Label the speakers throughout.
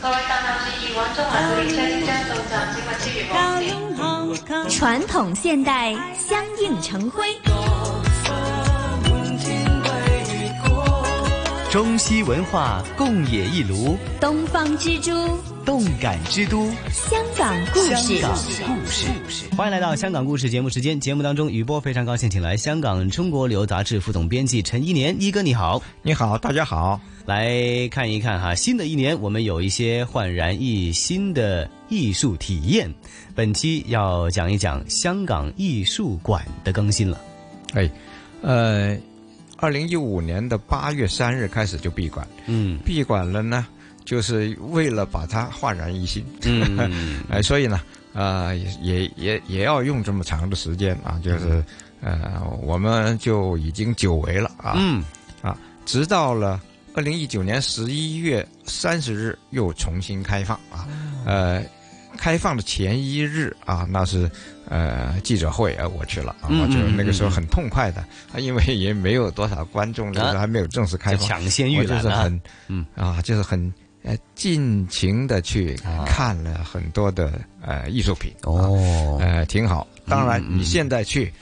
Speaker 1: 各位乘客注意，往中环古里车即將到站，請勿超越黃線。
Speaker 2: 传统现代相映成辉，
Speaker 3: 中西文化共冶一炉，
Speaker 2: 东方之珠，
Speaker 3: 动感之都。
Speaker 2: 香港故
Speaker 3: 香
Speaker 2: 事。
Speaker 3: 港故事，欢迎来到《香港故事》节目时间。节目当中，雨波非常高兴，请来香港《中国旅游杂志》副总编辑陈一年，一哥你好，
Speaker 4: 你好，大家好。
Speaker 3: 来看一看哈，新的一年我们有一些焕然一新的艺术体验。本期要讲一讲香港艺术馆的更新了。
Speaker 4: 哎，呃，二零一五年的八月三日开始就闭馆，
Speaker 3: 嗯
Speaker 4: 闭馆了呢，就是为了把它焕然一新。
Speaker 3: 嗯
Speaker 4: 哎，所以呢，呃，也也也要用这么长的时间啊，就是呃，我们就已经久违了啊，
Speaker 3: 嗯，
Speaker 4: 直到了二零一九年十一月三十日又重新开放啊，
Speaker 3: 哦
Speaker 4: 呃。开放的前一日啊，那是呃记者会啊，我去了啊，
Speaker 3: 嗯
Speaker 4: 我就
Speaker 3: 嗯嗯
Speaker 4: 那个时候
Speaker 3: 嗯啊
Speaker 4: 很痛快的，啊因为 也没有多少观众，那个时候还没有正式开
Speaker 3: 就
Speaker 4: 放，
Speaker 3: 抢先
Speaker 4: 啊我
Speaker 3: 预
Speaker 4: 就
Speaker 3: 览
Speaker 4: 是
Speaker 3: 了。
Speaker 4: 很，
Speaker 3: 嗯
Speaker 4: 啊，就是很呃尽情的去
Speaker 3: 啊
Speaker 4: 看了很多的呃艺术品，
Speaker 3: 哦，
Speaker 4: 呃挺好。当然
Speaker 3: 嗯，嗯
Speaker 4: 你现在去，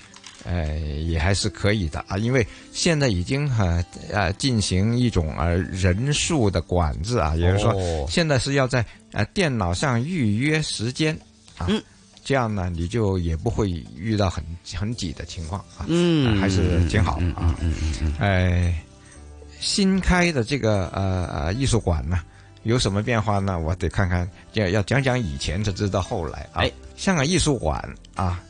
Speaker 4: 呃也还是可以的啊，因为现在已经呃呃进行一种呃人数的管制啊，也就是说，
Speaker 3: 哦
Speaker 4: 现在是要在呃电脑上预约时间啊
Speaker 3: 嗯，
Speaker 4: 这样呢你就也不会遇到很很挤的情况啊。
Speaker 3: 嗯，
Speaker 4: 还是挺好
Speaker 3: 嗯嗯
Speaker 4: 啊
Speaker 3: 嗯嗯嗯
Speaker 4: 哎，新开的这个呃呃艺术馆呢，有什么变化呢？我得看看，要要讲讲以前才知道后来啊。
Speaker 3: 哎
Speaker 4: 香港艺术馆啊，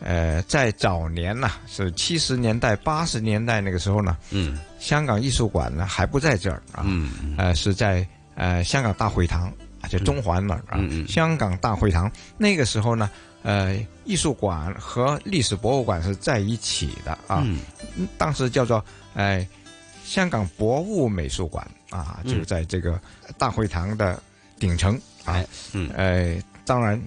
Speaker 4: 呃，在早年呢、是七十年代、八十年代那个时候呢，
Speaker 3: 嗯
Speaker 4: 香港艺术馆呢还不在这儿啊，
Speaker 3: 嗯嗯
Speaker 4: 呃，是在呃香港大会堂啊，就中环那儿啊，
Speaker 3: 嗯嗯嗯
Speaker 4: 香港大会堂那个时候呢。呃，艺术馆和历史博物馆是在一起的啊，
Speaker 3: 嗯
Speaker 4: 嗯当时叫做呃香港博物美术馆啊，
Speaker 3: 嗯
Speaker 4: 就在这个大会堂的顶层啊
Speaker 3: 哎，嗯
Speaker 4: 呃，当然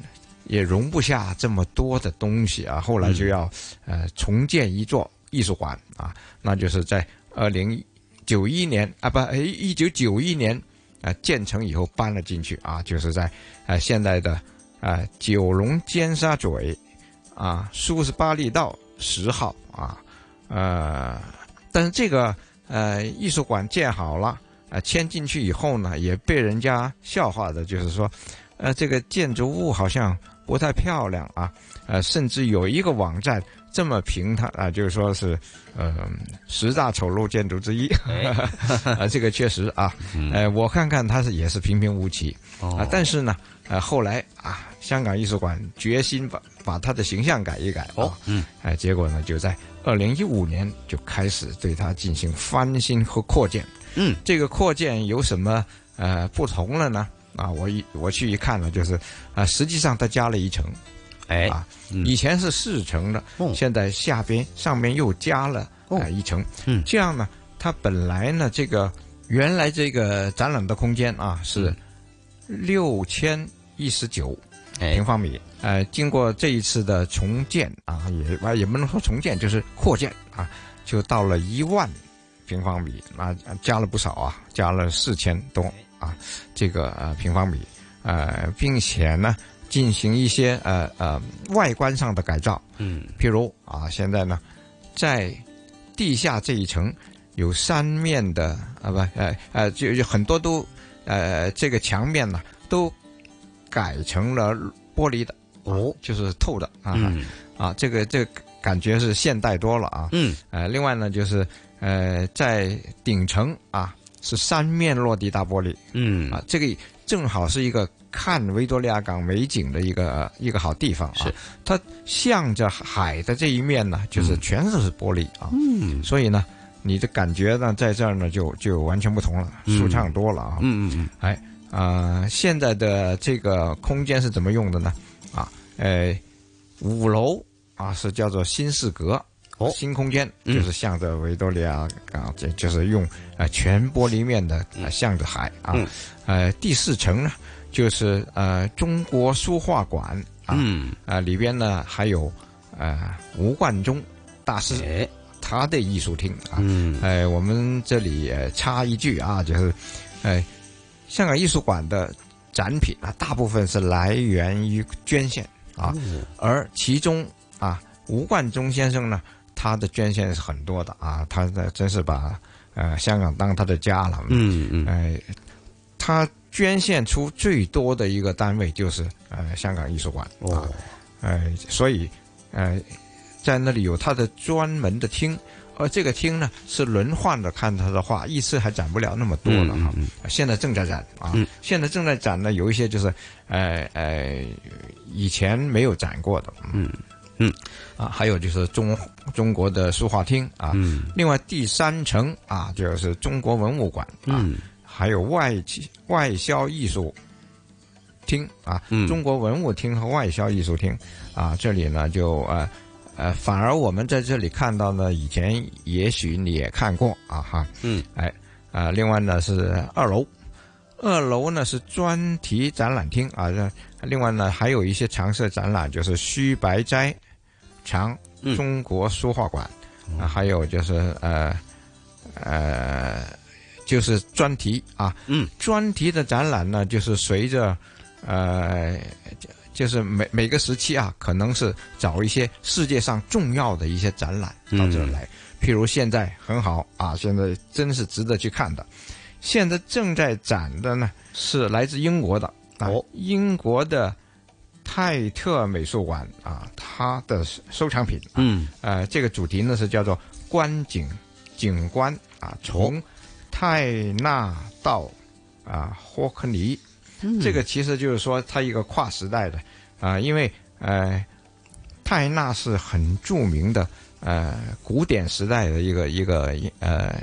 Speaker 4: 也容不下这么多的东西啊，后来就要呃重建一座艺术馆啊，那就是在二零九一年啊不一九九一年啊、呃建成以后搬了进去啊，就是在呃现在的呃九龙尖沙咀啊苏十八利道十号啊，呃，但是这个呃艺术馆建好了。啊，迁进去以后呢，也被人家笑话的，就是说，呃，这个建筑物好像不太漂亮啊，呃，甚至有一个网站这么评它啊，就是说是，呃，十大丑陋建筑之一， 啊、这个确实啊，呃，我看看它是也是平平无奇
Speaker 3: 嗯哦
Speaker 4: 啊，但是呢，呃，后来啊，香港艺术馆决心把把它的形象改一改
Speaker 3: 哦
Speaker 4: 啊，
Speaker 3: 嗯
Speaker 4: 哎、结果呢，就在二零一五年就开始对它进行翻新和扩建。
Speaker 3: 嗯
Speaker 4: 这个扩建有什么呃不同了呢？啊，我一我去一看呢，就是啊、实际上它加了一层，
Speaker 3: 哎
Speaker 4: 啊
Speaker 3: 嗯
Speaker 4: 以前是四层的，
Speaker 3: 哦
Speaker 4: 现在下边上面又加了
Speaker 3: 哦
Speaker 4: 啊一层，
Speaker 3: 嗯
Speaker 4: 这样呢，它本来呢这个原来这个展览的空间啊是
Speaker 3: 嗯
Speaker 4: 六千一十九
Speaker 3: 哎
Speaker 4: 平方米，呃，经过这一次的重建啊，也啊也不能说重建，就是扩建啊，就到了一万平方米，啊，加了不少啊，加了四千多啊，这个呃平方米，呃，并且呢，进行一些呃呃外观上的改造，
Speaker 3: 嗯
Speaker 4: 譬如啊，现在呢，在地下这一层有三面的啊不呃呃就就很多都呃这个墙面呢都改成了玻璃的啊
Speaker 3: 哦
Speaker 4: 就是透的啊、
Speaker 3: 嗯
Speaker 4: 啊这个这个感觉是现代多了啊
Speaker 3: 嗯
Speaker 4: 呃另外呢就是呃在顶层啊是三面落地大玻璃
Speaker 3: 嗯
Speaker 4: 啊，这个正好是一个看维多利亚港美景的一个呃一个好地方啊
Speaker 3: 是。
Speaker 4: 它向着海的这一面呢，就是
Speaker 3: 嗯
Speaker 4: 全是玻璃啊，
Speaker 3: 嗯
Speaker 4: 所以呢，你的感觉呢，在这儿呢就就完全不同了，
Speaker 3: 嗯
Speaker 4: 舒畅多了啊。
Speaker 3: 嗯嗯
Speaker 4: 啊、现在的这个空间是怎么用的呢？啊，呃，五楼啊是叫做新视阁。
Speaker 3: 哦
Speaker 4: 新空间
Speaker 3: 嗯
Speaker 4: 就是向着维多利亚港，这、就是用呃全玻璃面的、呃、向着海啊。
Speaker 3: 嗯
Speaker 4: 呃，第四层呢就是呃中国书画馆啊，
Speaker 3: 嗯
Speaker 4: 呃里边呢还有呃吴冠中大师
Speaker 3: 哎
Speaker 4: 他的艺术厅啊。
Speaker 3: 嗯
Speaker 4: 呃，哎我们这里呃插一句啊，就是，呃，香港艺术馆的展品啊，大部分是来源于捐献啊，而其中啊，吴冠中先生呢，他的捐献是很多的啊，他的真是把呃香港当他的家了，
Speaker 3: 嗯嗯
Speaker 4: 哎，他捐献出最多的一个单位就是呃香港艺术馆啊
Speaker 3: 哦，
Speaker 4: 呃，所以呃在那里有他的专门的厅，而这个厅呢是轮换的看他的画，一次还展不了那么多了哈。
Speaker 3: 嗯
Speaker 4: 现在正在展啊，
Speaker 3: 嗯
Speaker 4: 现在正在展呢，有一些就是，呃呃，以前没有展过的，
Speaker 3: 嗯嗯，
Speaker 4: 啊，还有就是中中国的书画厅啊，
Speaker 3: 嗯
Speaker 4: 另外第三层啊就是中国文物馆啊，
Speaker 3: 嗯
Speaker 4: 还有外企外销艺术厅啊，
Speaker 3: 嗯
Speaker 4: 中国文物厅和外销艺术厅啊，这里呢就呃呃，反而我们在这里看到呢，以前也许你也看过啊哈，
Speaker 3: 嗯，
Speaker 4: 哎啊、另外呢是二楼，二楼呢是专题展览厅啊，这另外呢还有一些常设展览，就是虚白斋长
Speaker 3: 嗯
Speaker 4: 中国书画馆、啊，还有就是呃呃。就是专题啊，
Speaker 3: 嗯，
Speaker 4: 专题的展览呢，就是随着，呃，就就是每每个时期啊，可能是找一些世界上重要的一些展览到这儿
Speaker 3: 嗯
Speaker 4: 来，譬如现在很好啊，现在真是值得去看的。现在正在展的呢是来自英国的啊，
Speaker 3: 哦
Speaker 4: 英国的泰特美术馆啊，它的收藏品
Speaker 3: 嗯
Speaker 4: 呃，这个主题呢是叫做“观景景观”啊，从泰纳到啊霍克尼，这个其实就是说它一个跨时代的啊、因为呃，泰纳是很著名的呃古典时代的一个一个呃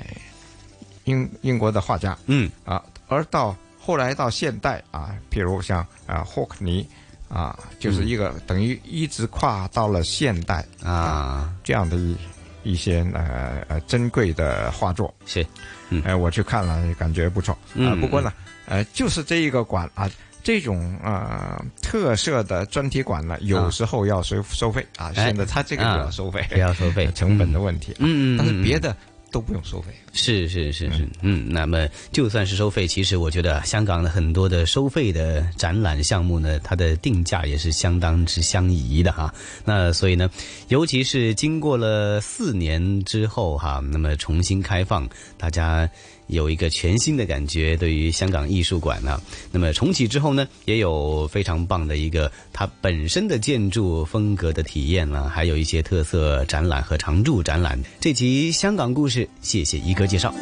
Speaker 4: 英英国的画家，
Speaker 3: 嗯
Speaker 4: 啊，而到后来到现代啊，譬如像啊霍克尼啊，就是一个、等于一直跨到了现代
Speaker 3: 啊，
Speaker 4: 这样的一一些呃呃珍贵的画作，
Speaker 3: 是嗯
Speaker 4: 哎、我去看了，感觉不错啊、
Speaker 3: 嗯
Speaker 4: 不过呢，呃，就是这一个馆啊。这种呃特色的专题馆呢，有时候要收收费啊，
Speaker 3: 哎
Speaker 4: 现在它这个也要收费，
Speaker 3: 不要收费
Speaker 4: 成本的问题，
Speaker 3: 嗯，
Speaker 4: 但是别
Speaker 3: 的
Speaker 4: 的都不用收费。
Speaker 3: 是是是是，嗯，那么就算是收费，其实我觉得香港的很多的收费的展览项目呢，它的定价也是相当之相宜的哈。那所以呢，尤其是经过了四年之后哈，那么重新开放，大家有一个全新的感觉，对于香港艺术馆啊呢、那么重启之后呢，也有非常棒的一个它本身的建筑风格的体验了、还有一些特色展览和常驻展览。这集香港故事，谢谢一哥介绍。